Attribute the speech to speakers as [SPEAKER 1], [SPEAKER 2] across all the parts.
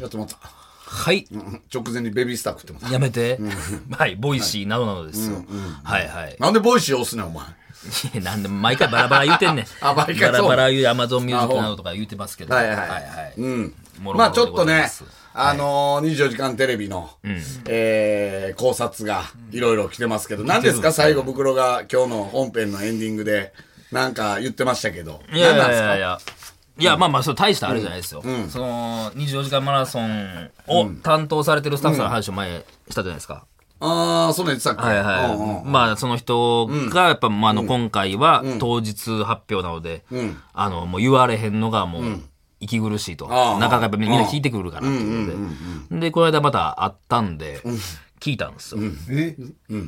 [SPEAKER 1] やってもらった。
[SPEAKER 2] はい。
[SPEAKER 1] うん直前にベビースター食ってもらっ
[SPEAKER 2] やめて。はい。ボイシーなどなどですよ。はいはい
[SPEAKER 1] た。。なんでボイシー押すねん、お前。
[SPEAKER 2] いやなんで毎回バラバラ言うてんねん。
[SPEAKER 1] あ毎回そう
[SPEAKER 2] バラバラ言う、アマゾンミュージックなどとか言うてますけど。
[SPEAKER 1] はいはいうん。まあちょっとね、あのー、24時間テレビの、えー考察がいろいろ来てますけど、何ですか最後、袋が今日の本編のエンディングで、なんか言ってましたけど。
[SPEAKER 2] いやい
[SPEAKER 1] 何なん
[SPEAKER 2] やい
[SPEAKER 1] です
[SPEAKER 2] や
[SPEAKER 1] か
[SPEAKER 2] いや。いや、まあまあ、それ大したあれじゃないですよ。その、24時間マラソンを担当されてるスタッフさんの話を前したじゃないですか。
[SPEAKER 1] ああ、そんなん言ってたっけ
[SPEAKER 2] はい
[SPEAKER 1] うんうん
[SPEAKER 2] はい。まあ、その人が、やっぱ、まあ、あの、今回は当日発表なので、あの、もう言われへんのがもう、息苦しいと。
[SPEAKER 1] ああ
[SPEAKER 2] なかなかやっぱみんな聞いてくるからっていうので。で、この間また会ったんで、聞いたんですよ。
[SPEAKER 3] え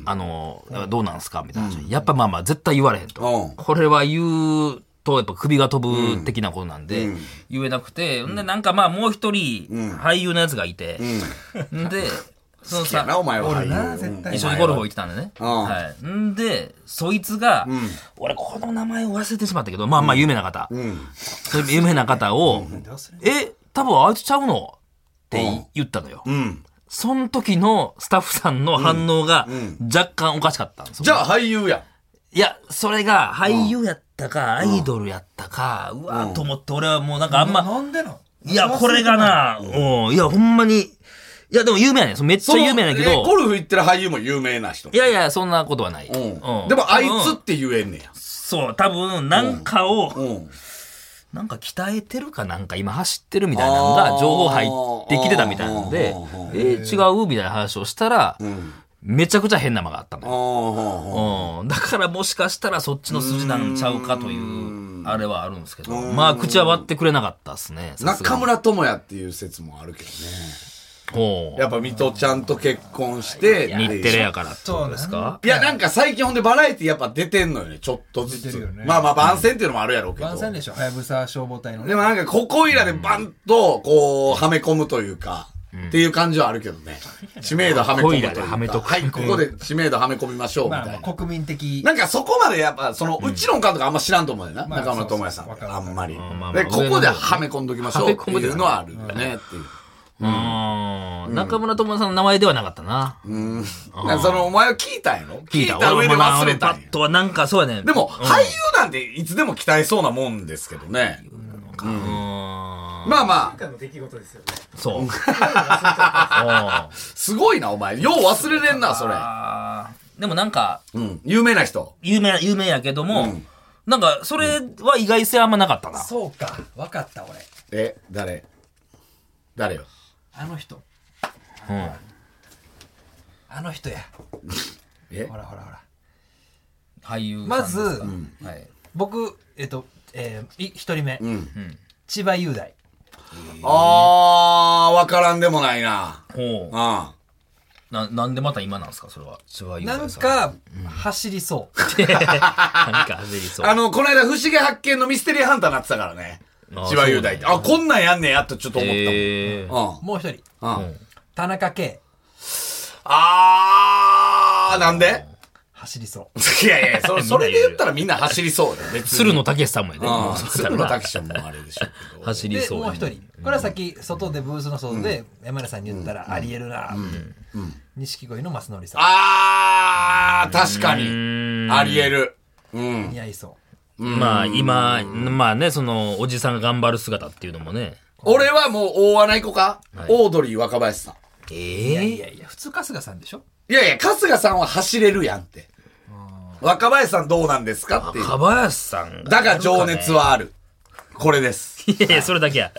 [SPEAKER 2] あの、どうなんすかみたいな話、やっぱまあまあ、絶対言われへんと。
[SPEAKER 1] うん
[SPEAKER 2] これは言うと、やっぱ首が飛ぶ的なことなんで、言えなくて、ん、で、なんかまあ、もう一人、俳優のやつがいて、ん、で、その
[SPEAKER 1] いやな、お前は。
[SPEAKER 3] 俺な絶対
[SPEAKER 2] 一緒にゴルフを行ってたんでね。
[SPEAKER 1] ん
[SPEAKER 2] はい。んで、そいつが、俺この名前を忘れてしまったけど、まあまあ有名な方。そういう有名な方を、え、多分あいつちゃうのって言ったのよ。その時のスタッフさんの反応が若干おかしかったんですよ
[SPEAKER 1] じゃあ俳優や。
[SPEAKER 2] いや、それが俳優やったか、アイドルやったか、うわーと思って俺はもうなんかあんま、
[SPEAKER 3] なんでの
[SPEAKER 2] いや、これがな、うん、いや、ほんまに、いや、でも有名やねん。めっちゃ
[SPEAKER 1] の
[SPEAKER 2] 有名やねんけど
[SPEAKER 1] え。ゴルフ行ってる俳優も有名な人。
[SPEAKER 2] いやいや、そんなことはない。
[SPEAKER 1] うん
[SPEAKER 2] うん
[SPEAKER 1] でも、あいつ
[SPEAKER 2] 多
[SPEAKER 1] っ
[SPEAKER 2] 分
[SPEAKER 1] て言えんねや。
[SPEAKER 2] そう、多分、なんかを、
[SPEAKER 1] うん。
[SPEAKER 2] なんか鍛えてるかなんか、今走ってるみたいなのが、情報入ってきてたみたいなんで
[SPEAKER 1] あー、
[SPEAKER 2] えー違うみたいな話をしたら、めちゃくちゃ変な間があったの
[SPEAKER 1] あ
[SPEAKER 2] よ。
[SPEAKER 1] あ、
[SPEAKER 2] うん、だからもしかしたらそっちの筋なんちゃうかという、あれはあるんですけど、まあ、口は割ってくれなかったですね。さすが
[SPEAKER 1] 中
[SPEAKER 2] に。
[SPEAKER 1] 村智也っていう説もあるけどね。
[SPEAKER 2] ほう
[SPEAKER 1] やっぱ、水戸ちゃんと結婚して、
[SPEAKER 2] 日テレやからってこ
[SPEAKER 3] そ
[SPEAKER 2] と
[SPEAKER 3] う
[SPEAKER 2] で
[SPEAKER 3] ですす
[SPEAKER 2] か
[SPEAKER 3] か
[SPEAKER 1] いや、なんか最近ほんでバラエティやっぱ出てんのよね、ちょっとず
[SPEAKER 3] 出て
[SPEAKER 1] つ。
[SPEAKER 3] るよね
[SPEAKER 1] まあまあ番宣っていうのもあるやろうけど。
[SPEAKER 3] 万歳でしょはやぶさ消防隊の
[SPEAKER 1] でもなんかここいらでバンとこう、はめ込むというか、っていう感じはあるけどね。知名度はめ込むというか。
[SPEAKER 2] ここいらではめとく
[SPEAKER 1] はい、ここで知名度はめ込みましょう、みた
[SPEAKER 3] ま
[SPEAKER 1] い
[SPEAKER 3] あ
[SPEAKER 1] な。
[SPEAKER 3] まあ国民的
[SPEAKER 1] なんかそこまでやっぱ、その、うちの監督あんま知らんと思うよな、
[SPEAKER 3] まあ
[SPEAKER 1] 中村智也さん
[SPEAKER 3] そう
[SPEAKER 1] っ
[SPEAKER 3] そう
[SPEAKER 1] て。
[SPEAKER 3] そうわ
[SPEAKER 1] あ
[SPEAKER 3] かる
[SPEAKER 1] んまり
[SPEAKER 2] んまあ。まあ
[SPEAKER 1] で、ここで
[SPEAKER 2] 上の方
[SPEAKER 1] はめ込んどきましょうっていうのはあるよね、っていう。
[SPEAKER 2] うん。中村智也さんの名前ではなかったな。
[SPEAKER 1] なんかその、お前は聞いたんやろ
[SPEAKER 2] 聞
[SPEAKER 1] 聞
[SPEAKER 2] い
[SPEAKER 1] い
[SPEAKER 2] た。
[SPEAKER 1] た上で忘れた
[SPEAKER 2] 俺もな俺も
[SPEAKER 1] ん
[SPEAKER 2] パ
[SPEAKER 1] や
[SPEAKER 2] ッ。とはなんかそうやね。
[SPEAKER 1] でも、
[SPEAKER 2] うん
[SPEAKER 1] 俳優なんていつでも鍛えそうなもんですけどね。
[SPEAKER 2] うん。
[SPEAKER 1] まあまあ、
[SPEAKER 4] 間の出来事ですよね。
[SPEAKER 2] そう。うん
[SPEAKER 1] すごいな、お前。よう忘れれんな、それ。
[SPEAKER 2] あーでもなんか、
[SPEAKER 1] うん。有名な人。
[SPEAKER 2] 有名、有名やけども、なんか、それは意外性あんまなかったな。
[SPEAKER 3] そうかわかった俺
[SPEAKER 1] え、誰誰よ。
[SPEAKER 3] あの人
[SPEAKER 2] うん
[SPEAKER 3] あの人や
[SPEAKER 1] え
[SPEAKER 3] ほらほらほら
[SPEAKER 2] 俳優さん
[SPEAKER 3] ま
[SPEAKER 2] です
[SPEAKER 3] ず
[SPEAKER 2] か。はい。
[SPEAKER 3] 僕えっとえーい一人目千葉雄大
[SPEAKER 1] あー、わからんでもないな。
[SPEAKER 2] ほう。
[SPEAKER 1] あ
[SPEAKER 2] な、なんでまた今なんですか、それは。千葉雄
[SPEAKER 3] な
[SPEAKER 2] 大
[SPEAKER 3] ん
[SPEAKER 2] さ、
[SPEAKER 3] か走りそう
[SPEAKER 2] なんか走りそう。
[SPEAKER 1] あの、この間、不思議発見のミステリーハンターなってたからね。
[SPEAKER 2] あー
[SPEAKER 1] 千葉雄大って。
[SPEAKER 2] そうな
[SPEAKER 1] あ、こんなんやんねや、とちょっと思ったもん。
[SPEAKER 2] え
[SPEAKER 1] うん。
[SPEAKER 2] ー
[SPEAKER 3] もう一人
[SPEAKER 1] うん
[SPEAKER 2] うん
[SPEAKER 3] 田中圭
[SPEAKER 1] あー、なんで
[SPEAKER 3] 走りそう
[SPEAKER 1] いやいや、そそれで言ったらみんな走りそうだよ、別に。
[SPEAKER 2] 鶴野武さんもやで。
[SPEAKER 1] あ
[SPEAKER 2] も
[SPEAKER 1] あ、
[SPEAKER 2] うそう
[SPEAKER 1] 鶴
[SPEAKER 2] や
[SPEAKER 1] 野
[SPEAKER 2] な
[SPEAKER 1] 拓司もあれでしょうけど。
[SPEAKER 2] 走り
[SPEAKER 3] で
[SPEAKER 2] そうや
[SPEAKER 3] もう
[SPEAKER 2] な。
[SPEAKER 3] 一人これはさっき外でブースの外で山根さんに言ったらありえるな錦鯉の松則さ
[SPEAKER 1] あー、確か
[SPEAKER 2] う
[SPEAKER 1] に。
[SPEAKER 2] ん
[SPEAKER 1] あり得る。
[SPEAKER 3] ん似合いそう
[SPEAKER 2] まあ今、まあね、その、おじさんが頑張る姿っていうのもね。
[SPEAKER 1] 俺はもう大穴行こうか、
[SPEAKER 2] はい
[SPEAKER 1] オードリー若林さん。
[SPEAKER 2] ええ
[SPEAKER 3] いやいやいや普通春日さんでしょ
[SPEAKER 1] いやいや、春日さんは走れるやんって。若林さんどうなんですかっていう。
[SPEAKER 2] 若林さん
[SPEAKER 1] だが情熱。はある。これです。
[SPEAKER 2] いやいや、それだけや。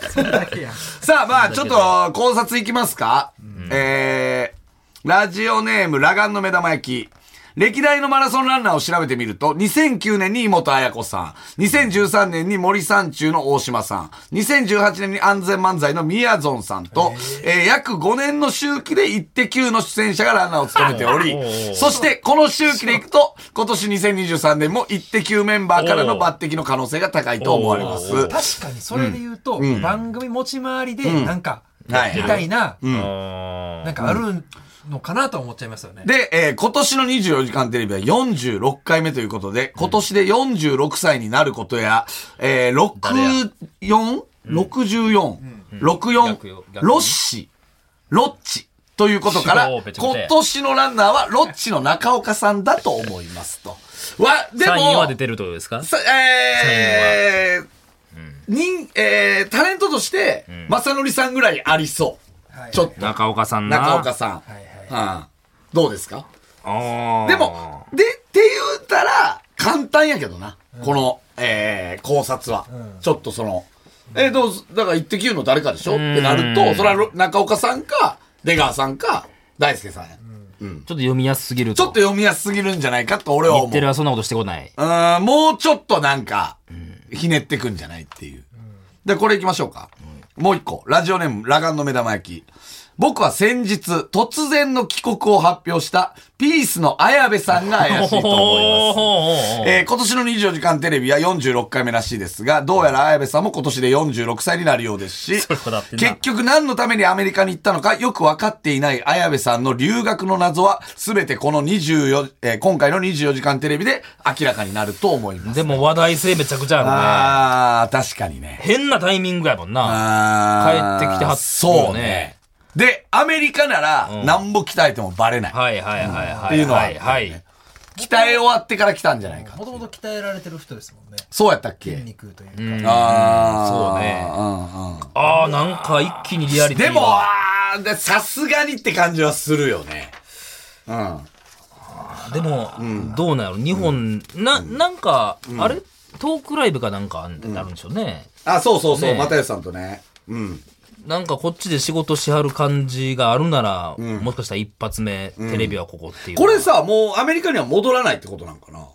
[SPEAKER 1] さあ、まあ、ちょっと考察いきますか。えー、ラジオネーム、ラガンの目玉焼き。歴代のマラソンランナーを調べてみると、2009年に妹彩子さん、2013年に森三中の大島さん、2018年に安全漫才のみやぞんさんと、えー約5年の周期でイッテ Q の出演者がランナーを務めており
[SPEAKER 2] おー、
[SPEAKER 1] そしてこの周期でいくと、今年2023年もイッテ Q メンバーからの抜擢の可能性が高いと思われます。
[SPEAKER 2] おー
[SPEAKER 3] 確かにそれで言うと、番組持ち回りでなんか、
[SPEAKER 1] はい
[SPEAKER 3] みたいな、
[SPEAKER 2] あ
[SPEAKER 3] なんかあるのかなと思っちゃいますよね。
[SPEAKER 1] で、えー今年の24時間テレビは46回目ということで、今年で46歳になることや、えー、
[SPEAKER 2] 誰や
[SPEAKER 1] 64? 64、
[SPEAKER 2] 逆よ
[SPEAKER 1] 64、
[SPEAKER 2] 逆に
[SPEAKER 1] ロッシ、ロッチということから、
[SPEAKER 2] おー
[SPEAKER 1] 今
[SPEAKER 2] べちゃべちゃ
[SPEAKER 1] 年のランナーはロッチの中岡さんだと思いますと。わ、で
[SPEAKER 2] サインは出
[SPEAKER 1] も、
[SPEAKER 2] てるってことですか
[SPEAKER 1] さえー、人、えー、タレントとして、正則さんぐらいありそう。
[SPEAKER 3] はい
[SPEAKER 1] ちょっと、
[SPEAKER 2] 中岡さんな。
[SPEAKER 1] 中岡さん。
[SPEAKER 3] はいはい
[SPEAKER 1] うんどうですか
[SPEAKER 2] あー
[SPEAKER 1] でも、、で、って言うたら、簡単やけどな。この、えー考察は。ちょっとその、えーどうぞだから、イッテ Q の誰かでしょってなると、それはろ中岡さんか、出川さんか、大輔さんや。
[SPEAKER 2] ちょっと読みやすすぎる
[SPEAKER 1] ち
[SPEAKER 2] と。
[SPEAKER 1] ょっと読みやすすぎるんじゃないかと俺は思
[SPEAKER 2] 日
[SPEAKER 1] う。
[SPEAKER 2] テレはそんなことしてこない。
[SPEAKER 1] うん、もうちょっとなんか、ひねってくんじゃないっていう。で、これ行きましょうか。もう一個。ラジオネーム、ラガンの目玉焼き。僕は先日、突然の帰国を発表した、ピースの綾部さんが怪しいと 思います。
[SPEAKER 2] おー
[SPEAKER 1] えー今年の24時間テレビは46回目らしいですが、どうやら綾部さんも今年で46歳になるようですし、
[SPEAKER 2] そういうことだってな
[SPEAKER 1] 結局何のためにアメリカに行ったのかよく分かっていない綾部さんの留学の謎は、すべてこの24、えー今回の24時間テレビで明らかになると思います。
[SPEAKER 2] でも話題性めちゃくちゃあるね。
[SPEAKER 1] あー、確かにね。
[SPEAKER 2] 変なタイミングやもんな。
[SPEAKER 1] あー
[SPEAKER 2] 帰ってきてはっ
[SPEAKER 1] そうね。で、アメリカなら、なんぼ鍛えてもバレない。
[SPEAKER 2] はいはいはいはい。
[SPEAKER 1] っていうのはあ
[SPEAKER 2] は
[SPEAKER 1] る
[SPEAKER 2] い
[SPEAKER 1] よね
[SPEAKER 2] はい。
[SPEAKER 1] 鍛え終わってから来たんじゃないか
[SPEAKER 3] も。ともと鍛えられてる人ですもんね
[SPEAKER 1] そうやったっけ、
[SPEAKER 3] 筋肉というか
[SPEAKER 1] あー。
[SPEAKER 2] そうね
[SPEAKER 1] うんうん。
[SPEAKER 2] ああ、なんか一気にリアリティ
[SPEAKER 1] で
[SPEAKER 2] が
[SPEAKER 1] も、あーでさすがにって感じはするよね。うん。
[SPEAKER 2] でも、どうなんやろ日本、な、なんか、あれトークライブかなんかあんあるんでしょうね。
[SPEAKER 1] あ、そうそうそう、
[SPEAKER 2] ねえ
[SPEAKER 1] 又吉さんとね。うん。
[SPEAKER 2] なんかこっちで仕事しはる感じがあるなら、もしかしたら一発目、テレビはここっていう。
[SPEAKER 1] これさ、もうアメリカには戻らないってことなんかな。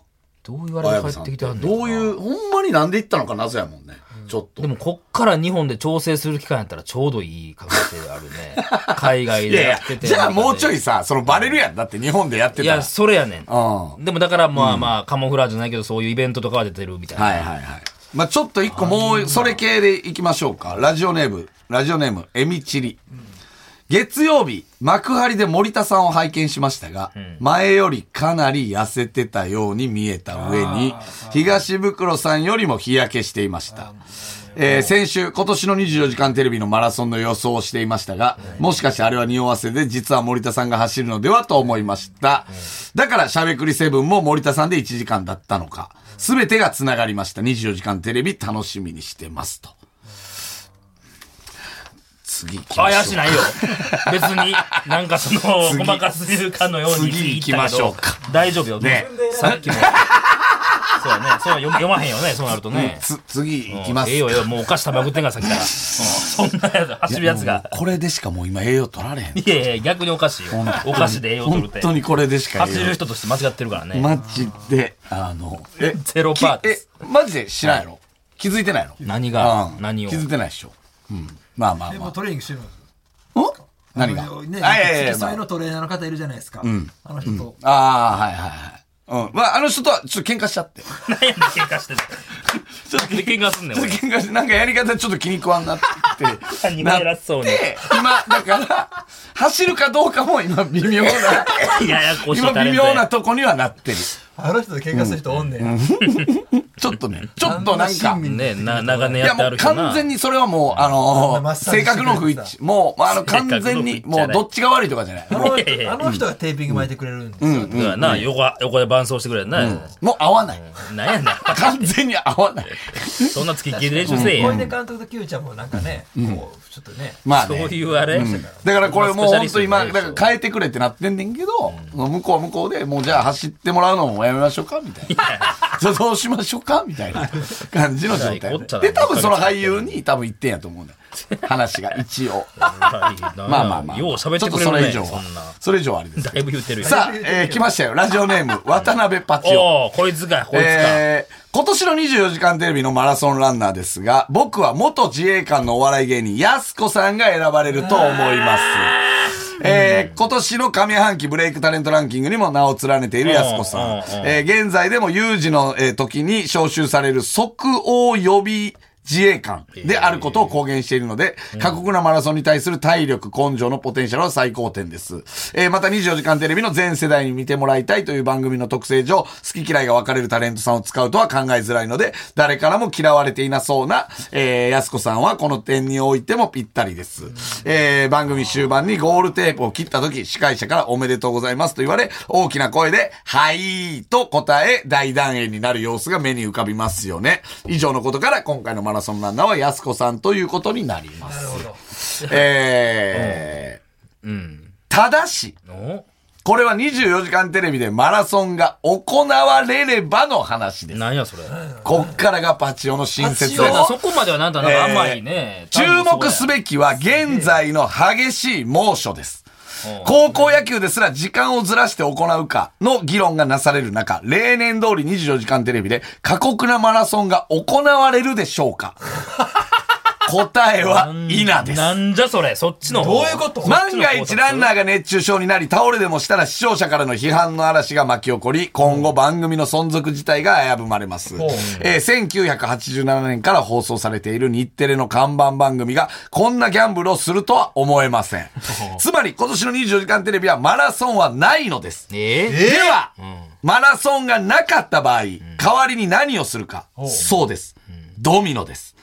[SPEAKER 2] どう言われて帰ってきてはんねん
[SPEAKER 1] どういう、ほんまになんで行ったのか謎やもんね。ちょっと。
[SPEAKER 2] でもこっから日本で調整する期間やったらちょうどいい可能性 あるね。海外
[SPEAKER 1] い
[SPEAKER 2] で
[SPEAKER 1] やい
[SPEAKER 2] や
[SPEAKER 1] や
[SPEAKER 2] って、て。
[SPEAKER 1] じゃあもうちょい
[SPEAKER 2] い
[SPEAKER 1] さ、そのバレるやん。だって日本でやってたら。
[SPEAKER 2] や、それやねん。
[SPEAKER 1] う
[SPEAKER 2] でもだからまあまあ、カモフラージュじゃないけど、そういうイベントとかは出てるみたいな。
[SPEAKER 1] はいはいはい。まあちょっと一個もう、それ系でいきましょうか。ラジオネーム、ラジオネーム、エミチリ。月曜日、幕張で森田さんを拝見しましたが、前よりかなり痩せてたように見えた上に、東袋さんよりも日焼けしていました。えー先週、今年の24時間テレビのマラソンの予想をしていましたが、もしかしてあれは匂わせで、実は森田さんが走るのではと思いました。だから、しゃべくりセブンも森田さんで1時間だったのか。すべてが繋がりました。24時間テレビ楽しみにしてますと。次行きましょう。
[SPEAKER 2] 怪しないよ。別に、なんかその、
[SPEAKER 1] 次
[SPEAKER 2] ごまかするかのように
[SPEAKER 1] 次行き
[SPEAKER 2] 言った
[SPEAKER 1] ま
[SPEAKER 2] け
[SPEAKER 1] しょ
[SPEAKER 2] ど
[SPEAKER 1] うか。
[SPEAKER 2] 大丈夫よ。
[SPEAKER 1] ね
[SPEAKER 2] さっきも。そうやね。そう読読まへんよね、そうなるとね。
[SPEAKER 1] つ次行きます
[SPEAKER 2] うんええよ、ええよ。もうお菓子食べまくってんから、さっき から。うんそんなやつ、走るやつが。
[SPEAKER 1] これでしかもう今栄養取られへん
[SPEAKER 2] いやいや、逆にお菓子よ。お菓子で栄養取るっ
[SPEAKER 1] 本
[SPEAKER 2] て。
[SPEAKER 1] 当にこれでしか
[SPEAKER 2] 走
[SPEAKER 1] 栄
[SPEAKER 2] る
[SPEAKER 1] 養
[SPEAKER 2] 人として間違ってるからね。
[SPEAKER 1] マジであのえ
[SPEAKER 2] ゼロパー
[SPEAKER 1] き
[SPEAKER 2] で
[SPEAKER 1] え
[SPEAKER 2] す
[SPEAKER 1] マジで知らんやろ気づいてないの
[SPEAKER 2] 何が
[SPEAKER 1] う、ん
[SPEAKER 2] 何を
[SPEAKER 1] 気。づいてないでしょうんまあまあ
[SPEAKER 3] で
[SPEAKER 1] ま
[SPEAKER 3] もう
[SPEAKER 1] あ
[SPEAKER 3] トレーニングしてるんですよ
[SPEAKER 1] お何が
[SPEAKER 3] あのね、
[SPEAKER 1] あいやいや
[SPEAKER 3] 付
[SPEAKER 1] いや
[SPEAKER 3] き
[SPEAKER 1] まあ
[SPEAKER 3] 添いのトレーナーの方いるじゃないですか。あの人と。
[SPEAKER 1] あーはいはいはいうんまああの人とはちょっと喧嘩しちゃってち
[SPEAKER 2] 何やねん、喧嘩してんの。ちょっと喧嘩すんねん、
[SPEAKER 1] ょっ
[SPEAKER 2] 俺
[SPEAKER 1] と。喧嘩してなんかやり方ちょっと気に食わんなって
[SPEAKER 2] 何も偉そうに
[SPEAKER 1] なって今だから走るかどうかも今微妙な
[SPEAKER 2] ややこしい
[SPEAKER 1] 今
[SPEAKER 2] タレ
[SPEAKER 1] 微
[SPEAKER 2] ントや
[SPEAKER 1] 妙なとこにはなってる
[SPEAKER 3] あの人と喧嘩する人おんねん。
[SPEAKER 1] ちょっとねちょっとなんか
[SPEAKER 2] ねな、長
[SPEAKER 1] い
[SPEAKER 2] 年や
[SPEAKER 1] や
[SPEAKER 2] って
[SPEAKER 1] も
[SPEAKER 2] あ
[SPEAKER 1] う
[SPEAKER 2] る人な。
[SPEAKER 1] 完全にそれはもう、あの
[SPEAKER 3] んなマ
[SPEAKER 1] ー
[SPEAKER 3] ッサージ
[SPEAKER 1] 性格の不
[SPEAKER 3] し
[SPEAKER 1] 一
[SPEAKER 3] てくれて
[SPEAKER 1] 致。もう、あの、
[SPEAKER 2] 性格
[SPEAKER 1] 完
[SPEAKER 2] の不一致
[SPEAKER 1] 全に、もう、どっちが悪いとかじゃない。
[SPEAKER 3] あ
[SPEAKER 1] も
[SPEAKER 3] の
[SPEAKER 2] いやいや
[SPEAKER 3] 人あの人がテーピング巻いてくれるんですよ。
[SPEAKER 2] だからな、横は、横で伴奏してくれるな。
[SPEAKER 1] う合わない。
[SPEAKER 2] なんやね
[SPEAKER 1] 完全に合わない。
[SPEAKER 2] ん。そんな月切り練習せえや
[SPEAKER 3] 小。出監督と Q ちゃんもなんかね、こう、ちょっとね、
[SPEAKER 1] まあ
[SPEAKER 2] そう
[SPEAKER 1] ね。
[SPEAKER 2] いうあれ。
[SPEAKER 1] だからこれもう本当に今、
[SPEAKER 2] スペシャリスト
[SPEAKER 1] だから変えてくれってなってんねんけど、向こうは向こうで、もうじゃあ走ってもらうのもやめましょうかみたいな。そうどうしましょうかみたいな感じの状態
[SPEAKER 2] いや
[SPEAKER 1] で
[SPEAKER 2] 怒っちゃ。う
[SPEAKER 1] で、多分その俳優に多分言ってんやと思うねん。話が一応。ま
[SPEAKER 2] ま
[SPEAKER 1] あ まあまあ。
[SPEAKER 2] よう喋っ
[SPEAKER 1] ちょ
[SPEAKER 2] て
[SPEAKER 1] っと
[SPEAKER 2] くれ
[SPEAKER 1] そ
[SPEAKER 2] る
[SPEAKER 1] れ
[SPEAKER 2] ね。
[SPEAKER 1] 以上
[SPEAKER 2] そ
[SPEAKER 1] は
[SPEAKER 2] んな。。
[SPEAKER 1] それ以上はあれです。
[SPEAKER 2] だいぶ言ってるよ。
[SPEAKER 1] さあ、え ー来ましたよ。ラジオネーム、渡辺パチオ。
[SPEAKER 2] おおこいつか、こいつか。
[SPEAKER 1] えー今年の24時間テレビのマラソンランナーですが、僕は元自衛官のお笑い芸人、やすこさんが選ばれると思います。えー今年の上半期ブレイクタレントランキングにも名を連ねているやすこさん
[SPEAKER 2] うんうんう。ん
[SPEAKER 1] えー現在でも有事のえー時に招集される即応予備自衛官であることを公言しているので、過酷なマラソンに対する体力、根性のポテンシャルは最高点です。えーまた24時間テレビの全世代に見てもらいたいという番組の特性上、好き嫌いが分かれるタレントさんを使うとは考えづらいので、誰からも嫌われていなそうな、えー、安子さんはこの点においてもぴったりです。えー番組終盤にゴールテープを切った時、司会者からおめでとうございますと言われ、大きな声で、はいと答え、大団円になる様子が目に浮かびますよね。以上のことから、今回のマラソンランナーは安子さんということになります。
[SPEAKER 3] なるほど。
[SPEAKER 1] えー
[SPEAKER 2] うん。
[SPEAKER 1] ただし、
[SPEAKER 2] お
[SPEAKER 1] これは24時間テレビでマラソンが行われればの話です。
[SPEAKER 2] 何やそれ。
[SPEAKER 1] こっからがパチオの新説です
[SPEAKER 2] そう。やなそこまではなんだなんかあんまりね。
[SPEAKER 1] 注目すべきは現在の激しい猛暑です。
[SPEAKER 2] うん
[SPEAKER 1] 高校野球ですら時間をずらして行うかの議論がなされる中、例年通り24時間テレビで過酷なマラソンが行われるでしょうか答えは否です。
[SPEAKER 2] なんじゃそれ、そっちの方。
[SPEAKER 3] どういうこと
[SPEAKER 1] 万が一ランナーが熱中症になり倒れでもしたら視聴者からの批判の嵐が巻き起こり、今後番組の存続自体が危ぶまれます。
[SPEAKER 3] ほう
[SPEAKER 1] えー1987年から放送されている日テレの看板番組がこんなギャンブルをするとは思えません。つまり今年の24時間テレビはマラソンはないのです。
[SPEAKER 2] え
[SPEAKER 1] では、マラソンがなかった場合、代わりに何をするか。そうです。ドミノです。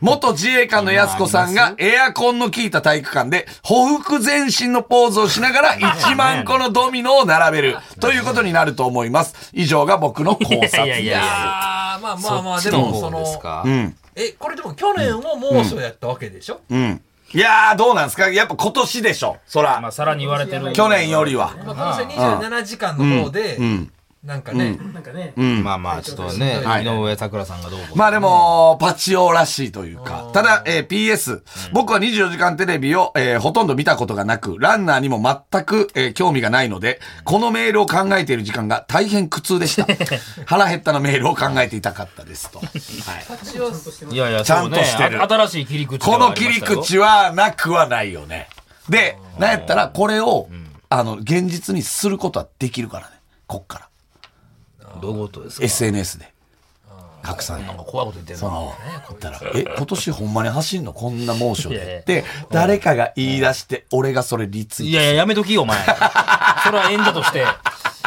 [SPEAKER 1] 元自衛官の安子さんがエアコンの効いた体育館で、ほふく前進のポーズをしながら1万個のドミノを並べるということになると思います。以上が僕の考察です。
[SPEAKER 2] いやいやい
[SPEAKER 3] いや
[SPEAKER 2] や
[SPEAKER 3] ーまあまあまあ、で
[SPEAKER 2] そっちの
[SPEAKER 3] も、そ
[SPEAKER 2] 方
[SPEAKER 3] の、
[SPEAKER 2] ですか。
[SPEAKER 1] うん。
[SPEAKER 3] え、これでも去年も猛暑やったわけでしょ、
[SPEAKER 1] うん。いやー、どうなんですかやっぱ今年でしょ。そ
[SPEAKER 2] まあ
[SPEAKER 1] ら。
[SPEAKER 2] さらに言われてる。
[SPEAKER 1] 去年よりは。
[SPEAKER 3] まあ、今年は27時間の方で、
[SPEAKER 1] ん
[SPEAKER 3] なんかね、
[SPEAKER 4] なんかね、
[SPEAKER 1] うん。
[SPEAKER 2] まあまあ、ちょっとね、
[SPEAKER 1] はい
[SPEAKER 2] 井上咲楽さんがどうこう。
[SPEAKER 1] まあでも、パチオらしいというか。ただ、えー PS。僕は24時間テレビを、えーほとんど見たことがなく、ランナーにも全く、えー興味がないので、このメールを考えている時間が大変苦痛で した。腹減ったのメールを考えていたかったですと。 はい、
[SPEAKER 3] 一応、
[SPEAKER 2] いやいや、
[SPEAKER 1] ちゃんと
[SPEAKER 2] そうね
[SPEAKER 1] してる
[SPEAKER 2] あ新しい切り口で
[SPEAKER 1] こ
[SPEAKER 2] は
[SPEAKER 1] の
[SPEAKER 2] あり
[SPEAKER 1] 切
[SPEAKER 2] ま
[SPEAKER 1] り
[SPEAKER 2] したよ。
[SPEAKER 1] 口はなくはないよね。で、なんやったらこれを、あの、現実にすることはできるからね。こっから。
[SPEAKER 2] どういうことですか
[SPEAKER 1] SNS で。拡散の。
[SPEAKER 2] 怖いこと言ってる
[SPEAKER 1] そ
[SPEAKER 2] な。
[SPEAKER 1] の、言ったら、え、今年ほんまに走んのこんな猛暑
[SPEAKER 2] いやいや
[SPEAKER 1] で。で、誰かが言い出して、俺がそれリツイ
[SPEAKER 2] い
[SPEAKER 1] ート
[SPEAKER 2] やいや、やめときよ、お前。それは演者として。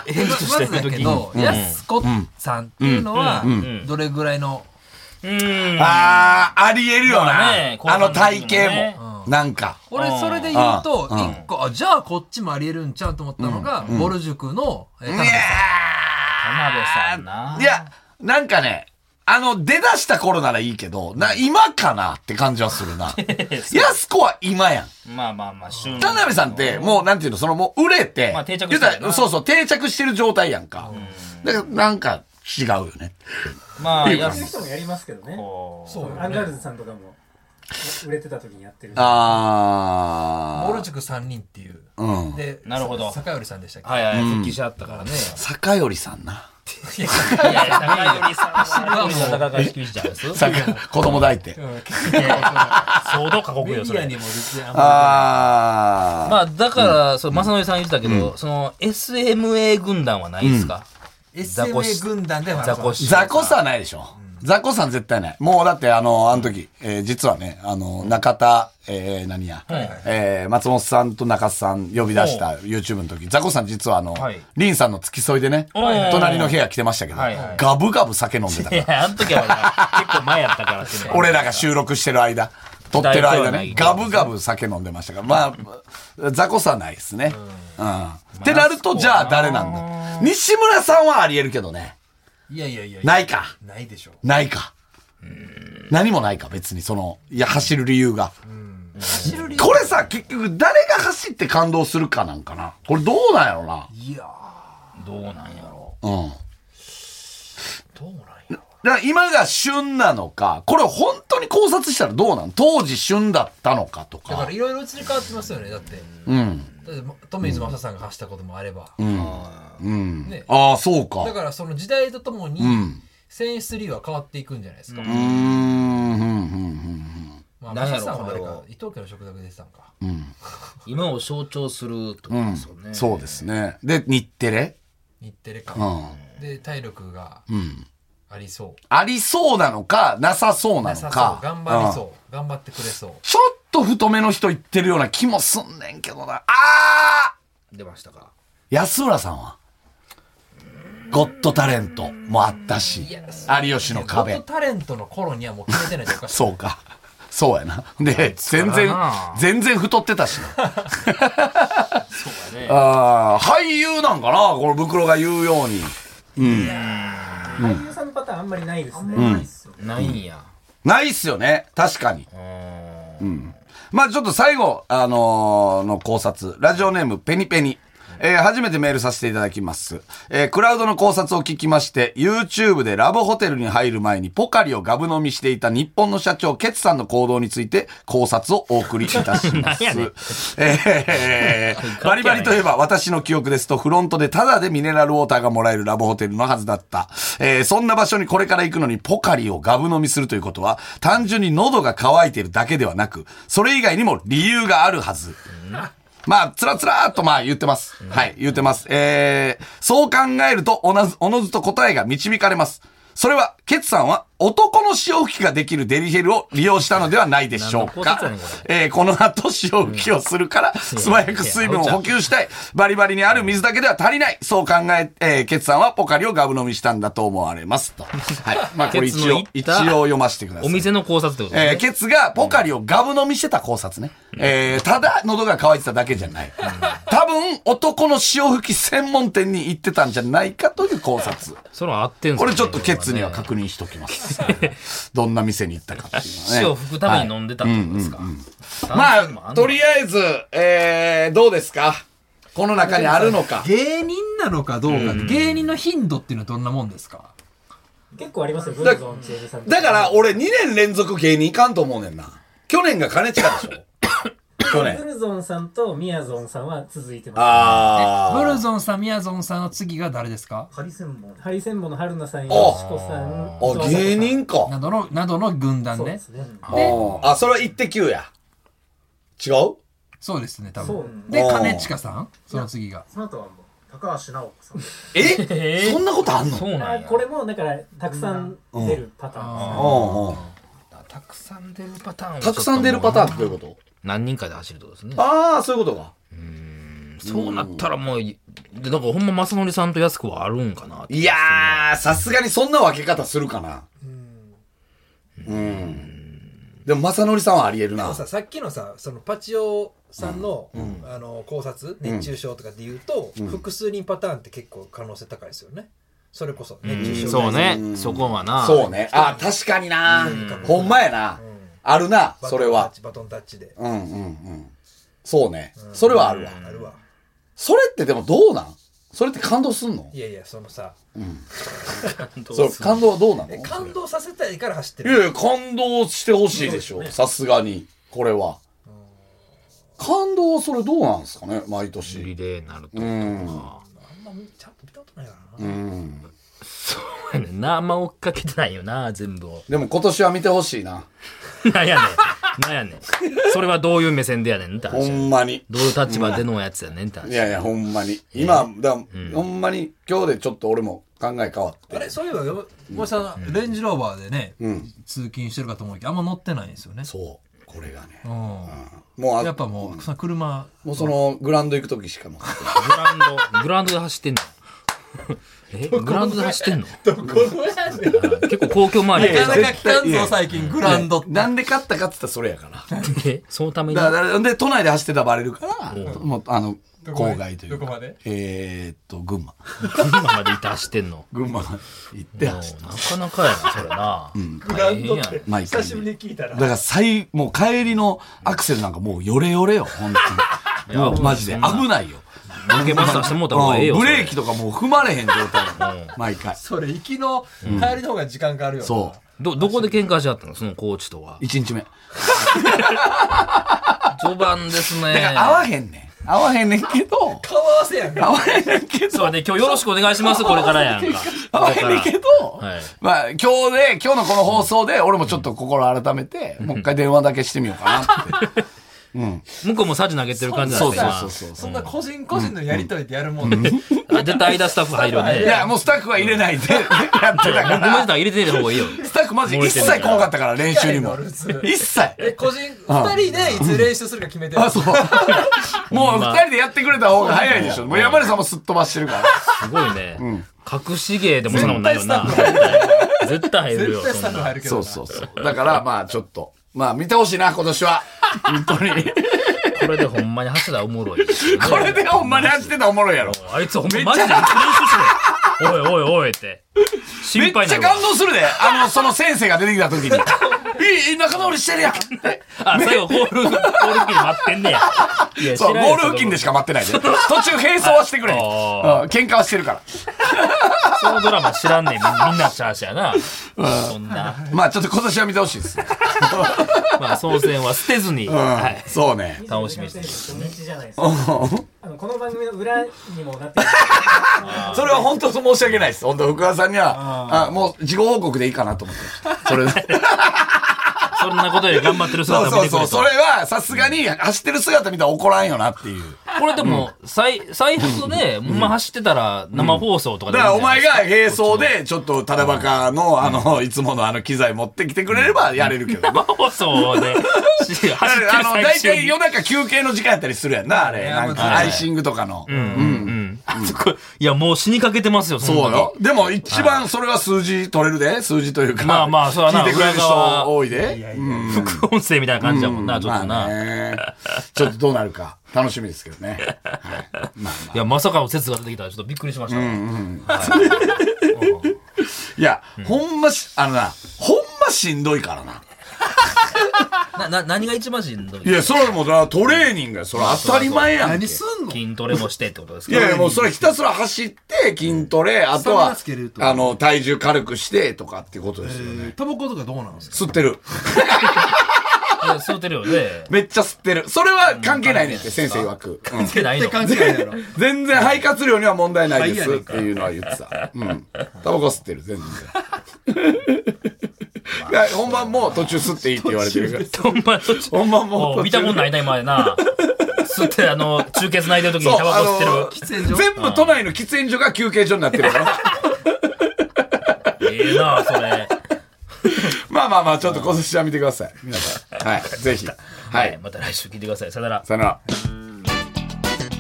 [SPEAKER 2] 演者とし
[SPEAKER 3] ま
[SPEAKER 2] て
[SPEAKER 3] ず
[SPEAKER 2] やめ
[SPEAKER 3] だ
[SPEAKER 2] と
[SPEAKER 3] け
[SPEAKER 2] き。
[SPEAKER 3] ど、
[SPEAKER 2] う
[SPEAKER 3] やすこさんっていうのは、どれぐらいの、
[SPEAKER 2] ん。
[SPEAKER 1] あー、ありえるよ
[SPEAKER 2] ま
[SPEAKER 1] な
[SPEAKER 2] あね。
[SPEAKER 1] あの体型も。なんか。
[SPEAKER 3] 俺それで言うと、一個、あ、じゃあこっちもありえるんちゃうと思ったのが、ボル塾の、えー
[SPEAKER 1] い
[SPEAKER 3] 田
[SPEAKER 1] や
[SPEAKER 3] 辺さ
[SPEAKER 2] 田辺さんな。
[SPEAKER 1] ーいや、なんかね、あの、出だした頃ならいいけど、な、今かなって感じはする な。やす子は今やん。
[SPEAKER 2] まあまあまあ、旬。
[SPEAKER 1] 田辺さんって、もう、なんていうの、その、もう、売れて、
[SPEAKER 2] まあ定着
[SPEAKER 1] 言う
[SPEAKER 2] してる
[SPEAKER 1] たら
[SPEAKER 2] な
[SPEAKER 1] そうそう、定着してる状態やんか。だから、なんか、違うよね。
[SPEAKER 2] まあ、や
[SPEAKER 4] そういう
[SPEAKER 2] す
[SPEAKER 4] 人もやりますけどね。
[SPEAKER 2] こ
[SPEAKER 3] そうよね
[SPEAKER 4] アンガールズさんとかも売れてた時にやってる。
[SPEAKER 1] あ
[SPEAKER 3] ん、
[SPEAKER 1] ー。
[SPEAKER 3] ボル塾3人っていう。
[SPEAKER 1] うん。
[SPEAKER 3] で、
[SPEAKER 2] なるほど
[SPEAKER 3] 坂寄さんでしたっけ、
[SPEAKER 2] はいはい、復帰しちゃったからね。
[SPEAKER 1] 坂よりさんな。
[SPEAKER 2] いやいや、高寄さんは、森田高橋球児じゃないです
[SPEAKER 1] 坂、子供抱いて。
[SPEAKER 2] 相当過酷
[SPEAKER 3] メデ
[SPEAKER 2] よ、そ
[SPEAKER 3] ィア
[SPEAKER 2] れ
[SPEAKER 3] に。も別にあんま
[SPEAKER 1] あー。
[SPEAKER 2] まあ、だから、そう、正則さん言ってたけど、その、SMA 軍団はないですか
[SPEAKER 3] り、
[SPEAKER 2] ザコシ
[SPEAKER 3] SMA 軍団では
[SPEAKER 2] ザコシ。
[SPEAKER 1] ザコさんないでしょ。ザコさん絶対ない。もうだってあの、あの時、えー実はね、あの、中田、えー何や、
[SPEAKER 2] はいはい
[SPEAKER 1] えー松本さんと中津さん呼び出した YouTube の時、ザコさん実はあの、
[SPEAKER 2] はい
[SPEAKER 1] リンさんの付き添いでね、
[SPEAKER 2] はい
[SPEAKER 1] 隣の部屋来てましたけど、
[SPEAKER 2] はいはい
[SPEAKER 1] ガブガブ酒飲んでた
[SPEAKER 2] い
[SPEAKER 1] から。
[SPEAKER 2] や、あの時はな結構前やったからっていうのは
[SPEAKER 1] 俺らが収録してる間、撮ってる間ね、
[SPEAKER 2] 大丈
[SPEAKER 1] ガ
[SPEAKER 2] 夫
[SPEAKER 1] ブガブ酒飲んでましたから、まあ、ザコさんないですね。うん。ってなると、じゃあ誰なんだ西村さんはありえるけどね。
[SPEAKER 3] り。いやいやいやいや。
[SPEAKER 1] ないか。
[SPEAKER 3] ないでしょう。
[SPEAKER 1] ないか。何もないか、別に、その、いや、走る理由が。これさ、結局、誰が走って感動するかなんかな。これどうなんやろな。
[SPEAKER 3] いや
[SPEAKER 2] どうなんやろ
[SPEAKER 1] うん。
[SPEAKER 3] ーどうなんや。
[SPEAKER 1] だから今が旬なのか、これ本当に考察したらどうなん当時旬だったのかと
[SPEAKER 3] だから
[SPEAKER 1] か。
[SPEAKER 3] いろいろ移り変わってますよね。だって、
[SPEAKER 1] うん。
[SPEAKER 3] だって富水正さんが走ったこともあれば。
[SPEAKER 1] うん。
[SPEAKER 3] ね
[SPEAKER 1] ああ、そうか。
[SPEAKER 3] だ
[SPEAKER 1] う
[SPEAKER 3] からその時代とともに、
[SPEAKER 1] ん
[SPEAKER 3] 選出理由は変わっていくんじゃないですか。
[SPEAKER 1] ーん、うん、うん、
[SPEAKER 3] まあ、
[SPEAKER 2] なんやろ
[SPEAKER 3] 正さんはあれ
[SPEAKER 2] これ
[SPEAKER 3] か
[SPEAKER 2] を、
[SPEAKER 3] 伊藤家の食卓でしたんか。
[SPEAKER 1] うんうん。
[SPEAKER 2] う。今を象徴すると
[SPEAKER 1] う
[SPEAKER 2] か
[SPEAKER 1] ん
[SPEAKER 2] ですよね。
[SPEAKER 1] そうですね。で、日テレ
[SPEAKER 3] 日テレか。
[SPEAKER 1] うん。
[SPEAKER 3] で、体力が
[SPEAKER 1] うん。
[SPEAKER 3] 上ありそう
[SPEAKER 1] ありそうなのか、なさそうな
[SPEAKER 3] な
[SPEAKER 1] の
[SPEAKER 3] さ
[SPEAKER 1] か
[SPEAKER 3] そ。う頑張り
[SPEAKER 1] うん
[SPEAKER 3] そう頑張ってくれそう
[SPEAKER 1] ちょっと太めの人言ってるような気もすんねんけどな。あー
[SPEAKER 2] 出ましたか
[SPEAKER 1] 安浦さんはゴッドタレントもあったし、有吉の
[SPEAKER 3] いや
[SPEAKER 1] 壁
[SPEAKER 3] 僕。タレントの頃にはもう決めてないとおかしい
[SPEAKER 1] そうか。そうやな。で、全
[SPEAKER 2] 疲れ
[SPEAKER 1] 然
[SPEAKER 2] たな、
[SPEAKER 1] 全然太ってたし な。 ああ、俳優なんかなこの袋が言うように。
[SPEAKER 4] 俳優さんのパターンあんまりないですね。ないっすよね
[SPEAKER 2] ないんや
[SPEAKER 1] ないっすよね。確かに。
[SPEAKER 2] うーん
[SPEAKER 1] まあちょっと最後、あのーの考察。ラジオネーム、ペニペニ。えー初めてメールさせていただきます。えークラウドの考察を聞きまして、YouTube でラブホテルに入る前にポカリをガブ飲みしていた日本の社長、ケツさんの行動について考察をお送りいたします。
[SPEAKER 2] 何やねん
[SPEAKER 1] えーバリバリといえば私の記憶ですとフロントでタダでミネラルウォーターがもらえるラブホテルのはずだった。えーそんな場所にこれから行くのにポカリをガブ飲みするということは単純に喉が渇いているだけではなく、それ以外にも理由があるはず。まあ、つらつらーっとまあ言ってます。はい、言ってます。えー、そう考えるとおなず、おのずと答えが導かれます。それは、ケツさんは男の潮吹きができるデリヘルを利用したのではないでしょう
[SPEAKER 2] 何の考察や
[SPEAKER 1] か
[SPEAKER 2] ねんこれ。
[SPEAKER 1] えーこの後潮吹きをするから、素早く水分を補給したい。バリバリにある水だけでは足りない。そう考え、えーケツさんはポカリをガブ飲みしたんだと思われます。と。 はい。まあこれ一
[SPEAKER 2] ケツの
[SPEAKER 1] 応
[SPEAKER 2] 言っ、
[SPEAKER 1] 一応
[SPEAKER 2] た
[SPEAKER 1] 読ませてくださ
[SPEAKER 2] お
[SPEAKER 1] い。
[SPEAKER 2] 店の考察ってこと
[SPEAKER 1] えー
[SPEAKER 2] ね
[SPEAKER 1] ケツがポカリをガブ飲みしてた考察ね。えーただ喉が渇いてただけじゃない。多分男の潮吹き専門店に行ってたんじゃないかという考察。
[SPEAKER 2] それは合ってんす
[SPEAKER 1] こ
[SPEAKER 2] かね
[SPEAKER 1] れちょっとケツには確認しとき ます。どんな店に行ったかっていうのはね。
[SPEAKER 2] 死を吹くために飲んでたってことですか
[SPEAKER 1] まあ、とりあえず、えーどうですかこの中にあるのか。
[SPEAKER 3] 芸人なのかどうか芸人の頻度っていうのはどんなもんですか
[SPEAKER 4] 結構ありますよ、ブルゾン、チエビさんと
[SPEAKER 1] だから、俺2年連続芸人いかんと思うねんな。去年が金近でしょ 去
[SPEAKER 4] ブ
[SPEAKER 1] 年。
[SPEAKER 4] ルゾンさんとミヤゾンさんは続いてま
[SPEAKER 1] あ
[SPEAKER 3] ブ
[SPEAKER 1] ー。
[SPEAKER 3] ルゾンさんみやぞんさんの次が誰ですか
[SPEAKER 5] ハリセンボン
[SPEAKER 4] す。ハリセンボンの春菜さんや
[SPEAKER 1] お
[SPEAKER 4] シコさん、
[SPEAKER 1] あ、
[SPEAKER 4] 伊藤
[SPEAKER 1] 芸
[SPEAKER 4] さん
[SPEAKER 1] 人か。
[SPEAKER 3] などのなどの軍団
[SPEAKER 4] そうで
[SPEAKER 3] ね
[SPEAKER 4] すね。
[SPEAKER 1] あ、あそれはイッテ Q や。違う
[SPEAKER 3] そうですね多
[SPEAKER 4] そう
[SPEAKER 3] 分で
[SPEAKER 1] あー
[SPEAKER 3] 兼近さんその次が
[SPEAKER 5] その後はもう高橋尚子さん
[SPEAKER 1] えそんなことあんの
[SPEAKER 2] そうなん
[SPEAKER 4] あ
[SPEAKER 2] や
[SPEAKER 4] これもだからたくさん出るパターンですね。
[SPEAKER 1] うんうん
[SPEAKER 2] たくさん出るパターンは
[SPEAKER 1] たくさん出るパターンっ
[SPEAKER 2] ちょ
[SPEAKER 1] て
[SPEAKER 2] っ
[SPEAKER 1] どうい
[SPEAKER 2] とも
[SPEAKER 1] うこと
[SPEAKER 2] う何人かで走るってことですね
[SPEAKER 1] ああ、そういうことか。
[SPEAKER 2] そうなったらもうでだからほんま正則さんと安子はあるんかなって
[SPEAKER 1] いやー、さすがにそんな分け方するかな。うん。でも、正則さんはありえるな。
[SPEAKER 3] ささっきのさそのパチオさんの,、あの考察熱中症とかで言うと、複数人パターンって結構可能性高いですよねそれこそ熱中症
[SPEAKER 2] そうねそこはな
[SPEAKER 1] そうね。あー、確かにな。ほんまやな。あるな、それは。
[SPEAKER 3] バトンタッチで
[SPEAKER 1] うんうんうん。そうね。それはあるわ。
[SPEAKER 3] あるわ
[SPEAKER 1] それってでもどうなんそれって感動すんの
[SPEAKER 3] いやいやそのさ
[SPEAKER 1] そう感動はどうなの
[SPEAKER 3] え感動させたいから走って
[SPEAKER 1] いや
[SPEAKER 3] る
[SPEAKER 1] いや、感動してほしいでしょ。さすがに、これは。感動はそれどうなんですかね、毎
[SPEAKER 2] リ
[SPEAKER 1] 年。
[SPEAKER 2] レーになると
[SPEAKER 1] うん。
[SPEAKER 3] あんまちゃんと見たことないから
[SPEAKER 1] う。
[SPEAKER 3] なん
[SPEAKER 2] そうやねんなあんま追っかけてないよな全部を
[SPEAKER 1] でも今年は見てほしいな。
[SPEAKER 2] なんやねんなんやねんそれはどういう目線でやねんって
[SPEAKER 1] ほ
[SPEAKER 2] 話や
[SPEAKER 1] んまに。
[SPEAKER 2] どういう立場でのやつやねんって
[SPEAKER 1] い
[SPEAKER 2] 話
[SPEAKER 1] やいや、ほんまに。今、だほんまに、今日でちょっと俺も考え変わって。
[SPEAKER 3] あれそういえばよもしさレンジローバーでね、
[SPEAKER 1] ん
[SPEAKER 3] 通勤してるかと思うけどあんま乗ってないんですよね
[SPEAKER 1] そう。これがね
[SPEAKER 3] う。ん
[SPEAKER 1] もう、
[SPEAKER 3] や
[SPEAKER 1] あ
[SPEAKER 3] っぱもう、その車
[SPEAKER 1] もうその、グラウンド行くときしかも。
[SPEAKER 2] グラウンドグラウンドで走 ってんのえグラウンドで走ってんの結構公共周り
[SPEAKER 1] いやいや
[SPEAKER 2] で
[SPEAKER 3] 聞かんぞ最近グラウンドって
[SPEAKER 1] なんで勝ったかって言ったらそれやから。
[SPEAKER 2] えそのために
[SPEAKER 1] だから、で、都内で走ってたらバレるから、もう、あの、
[SPEAKER 3] どこま
[SPEAKER 1] 郊
[SPEAKER 3] で
[SPEAKER 1] 外というか。
[SPEAKER 3] どこまで
[SPEAKER 1] えーっと、群馬。
[SPEAKER 2] 群馬まで行って走ってんの
[SPEAKER 1] 群馬行って
[SPEAKER 2] な
[SPEAKER 1] 走って。
[SPEAKER 2] かなかやなそれな大変やね
[SPEAKER 1] 毎回
[SPEAKER 5] 久しぶりに聞いた
[SPEAKER 1] だ
[SPEAKER 5] ら
[SPEAKER 1] から最、もう帰りのアクセルなんかもうヨレヨレよ、本当に。
[SPEAKER 2] いや
[SPEAKER 1] もうマジで
[SPEAKER 2] そんな
[SPEAKER 1] 危ないよ。
[SPEAKER 2] 抜けましたしてもうた方がええよ
[SPEAKER 1] うんブレーキとかもう踏まれへん状態なの毎回。
[SPEAKER 3] それ行きの帰りの方が時間かかるよな
[SPEAKER 1] そ
[SPEAKER 2] どどこで喧嘩し合ったのそのコーチとは
[SPEAKER 1] う。一日目。だ
[SPEAKER 2] 序盤ですね
[SPEAKER 1] から合わへんねん。合わへんねんけど、
[SPEAKER 3] 顔合わせやんか
[SPEAKER 1] 合わへんねんけ
[SPEAKER 2] そう
[SPEAKER 1] ど、
[SPEAKER 2] ね今日よろしくお願いしますこれからやん か
[SPEAKER 1] 合わへんねんけど、
[SPEAKER 2] はい
[SPEAKER 1] まあ今日で、今日のこの放送で俺もちょっと心改めて、もう一回電話だけしてみようかなって。
[SPEAKER 2] 向こうもサジ投げてる感じなん
[SPEAKER 1] そう
[SPEAKER 2] ですよ。
[SPEAKER 1] そうそうそう。
[SPEAKER 6] そんな個人個人のやりとりでやるもんね。
[SPEAKER 2] 今あ絶対間スタッフ入るよね。
[SPEAKER 1] いや、もうスタッフは入れないで やってたか
[SPEAKER 2] ごめんなさ
[SPEAKER 1] ら。
[SPEAKER 2] い、入れてた方がいいよ。
[SPEAKER 1] スタッフマジ一切来なかったから、練習
[SPEAKER 6] 理
[SPEAKER 1] にも
[SPEAKER 6] 解のある普。通
[SPEAKER 1] 一切。
[SPEAKER 6] え、個人、二人でいつ練習するか決めてる。
[SPEAKER 1] あ、 そう。 もう二人でやってくれた方が早いでしょ。もう山根さんもすっ飛ばしてるから。
[SPEAKER 2] すごいね。隠し芸でもそんなもんないよな。絶対入るよ、
[SPEAKER 6] 絶対ス
[SPEAKER 2] そ
[SPEAKER 6] タッ
[SPEAKER 2] ん
[SPEAKER 6] フ
[SPEAKER 2] な
[SPEAKER 6] 入。るけど
[SPEAKER 1] そ
[SPEAKER 6] な。
[SPEAKER 1] うそうそう。だから、まあちょっと。まあ見てほしいな、今年は。本当に。
[SPEAKER 2] これでほんまに走ったらおもろい。
[SPEAKER 1] これでほんまに走ってたらおもろいやろ。
[SPEAKER 2] あいつほんまマジで練習しろよ。おいおいおいって。
[SPEAKER 1] め
[SPEAKER 2] 心
[SPEAKER 1] っ
[SPEAKER 2] 配に
[SPEAKER 1] ち
[SPEAKER 2] な
[SPEAKER 1] ゃ
[SPEAKER 2] る
[SPEAKER 1] 感
[SPEAKER 2] わ
[SPEAKER 1] 動するで。あの、その先生が出てきた時に。 いい、仲直りしてるやんって。
[SPEAKER 2] あ、最後ゴール、ゴール付近で待ってんねや。いや
[SPEAKER 1] そう、
[SPEAKER 2] 知らん
[SPEAKER 1] ゴ
[SPEAKER 2] よ
[SPEAKER 1] ール付近でしか待ってないで。途中並走はしてくれ。うん
[SPEAKER 2] あ
[SPEAKER 1] 喧嘩はしてるから。
[SPEAKER 2] そのドラマ知らんねん。みんなチャーシャやな。そんな。
[SPEAKER 1] まあちょっと今年は見てほしいですね。
[SPEAKER 2] まあ、総選は捨てずに。はい。
[SPEAKER 1] そうね。
[SPEAKER 2] 楽しみにしてる
[SPEAKER 4] 初日じゃないですか。あのこの番組の裏にもなってる。
[SPEAKER 1] それは本当申し訳ないです。本当福川さんには、あもう事後報告でいいかなと思ってました。それで。
[SPEAKER 2] そんなことより頑張ってる
[SPEAKER 1] そう
[SPEAKER 2] 姿見
[SPEAKER 1] そう
[SPEAKER 2] てくれ
[SPEAKER 1] そう。
[SPEAKER 2] と
[SPEAKER 1] それはさすがに走ってる姿見たら怒らんよなっていう。
[SPEAKER 2] これでも、最、最速で、ほんま走ってたら生放送とかで
[SPEAKER 1] だからお前が並走で、ちょっとタダバカの、あの、いつものあの機材持ってきてくれればやれるけど。
[SPEAKER 2] 生放送で、 走ってる
[SPEAKER 1] あれあの、
[SPEAKER 2] 最
[SPEAKER 1] 大
[SPEAKER 2] 中
[SPEAKER 1] 体
[SPEAKER 2] に。
[SPEAKER 1] 夜中休憩の時間やったりするやんな、あれ。なんか、アイシングとかの。
[SPEAKER 2] うんうん。すごい。いや、もう死にかけてますよ、
[SPEAKER 1] そう
[SPEAKER 2] 本
[SPEAKER 1] よ。でも一番それは数字取れるで、数字というか。
[SPEAKER 2] まあまあそれはな
[SPEAKER 1] 聞いてくれる
[SPEAKER 2] 裏側
[SPEAKER 1] 人多いで。
[SPEAKER 2] 当に副音声みたいな感じだもんな、ちょっと
[SPEAKER 1] まあ
[SPEAKER 2] な。
[SPEAKER 1] ね。ちょっとどうなるか、楽しみですけどね。
[SPEAKER 2] いや、まさかの説が出てきたら、ちょっとびっくりしました。
[SPEAKER 1] いや、ほんまし、あのな、ほんましんどいからな。
[SPEAKER 2] な、な、何が一番しんどい
[SPEAKER 1] いや、それもなトレーニングや。それ当たり前やんけ。
[SPEAKER 6] 何す
[SPEAKER 1] い
[SPEAKER 6] んの
[SPEAKER 2] 筋トレもしてってことですか
[SPEAKER 1] やいや、もうそれひたすら走って、筋トレ、あと
[SPEAKER 6] サウ
[SPEAKER 1] は
[SPEAKER 6] ナつける、と
[SPEAKER 1] あの、体重軽くしてとかっていうことですよね。
[SPEAKER 6] タバコとかどうなんですか
[SPEAKER 1] 吸ってる。
[SPEAKER 2] いや吸うてるよね。
[SPEAKER 1] めっちゃ吸ってる。それは関係ないねんって、先生曰く。うん
[SPEAKER 2] つけないの。
[SPEAKER 6] 関係ないだろ。
[SPEAKER 1] 全然肺活量には問題ないです
[SPEAKER 6] 肺やね
[SPEAKER 1] っ
[SPEAKER 6] ん
[SPEAKER 1] ていうのは言ってた。うん。タバコ吸ってる、全然。いや本番もう途中吸っていいって言われてるから。
[SPEAKER 2] ほんま、 途中
[SPEAKER 1] 本番もう途中
[SPEAKER 2] お見たことないな、今までな。吸って、あの、中継繋いでる時
[SPEAKER 1] そ
[SPEAKER 2] に
[SPEAKER 1] う、
[SPEAKER 2] タバコ吸ってる。
[SPEAKER 1] あの
[SPEAKER 6] 煙所
[SPEAKER 1] 全部都内の喫煙所が休憩所になってるから。
[SPEAKER 2] ええな、それ。
[SPEAKER 1] まあまあまあ、ちょっと今年は見てください。皆さん。はい。ぜひ。は
[SPEAKER 2] はい
[SPEAKER 1] い。
[SPEAKER 2] また来週聞いてください。さよなら。
[SPEAKER 1] さよなら。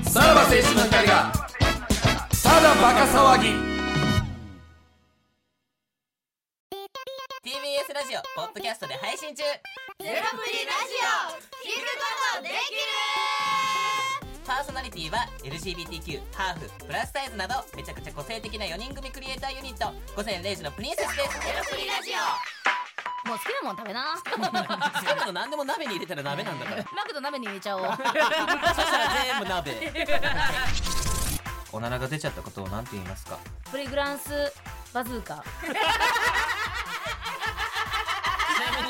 [SPEAKER 1] さらば青春の光が、ただバカ騒ぎ。
[SPEAKER 7] TBS ラジオポッドキャストで配信中
[SPEAKER 8] ゼロプリラジオ聞くことできる
[SPEAKER 7] パーソナリティは LGBTQ ハーフプラスサイズなどめちゃくちゃ個性的な4人組クリエイターユニット午前0時のプリンセスですゼロプリラジオ
[SPEAKER 8] もう好きなもん食べな
[SPEAKER 7] 好きなの何でも鍋に入れたら鍋なんだから
[SPEAKER 8] マクド鍋に入れちゃおう
[SPEAKER 7] そしたら全部鍋おならが出ちゃったことを何て言いますか
[SPEAKER 8] プリグランスバズーカ
[SPEAKER 7] ちなみ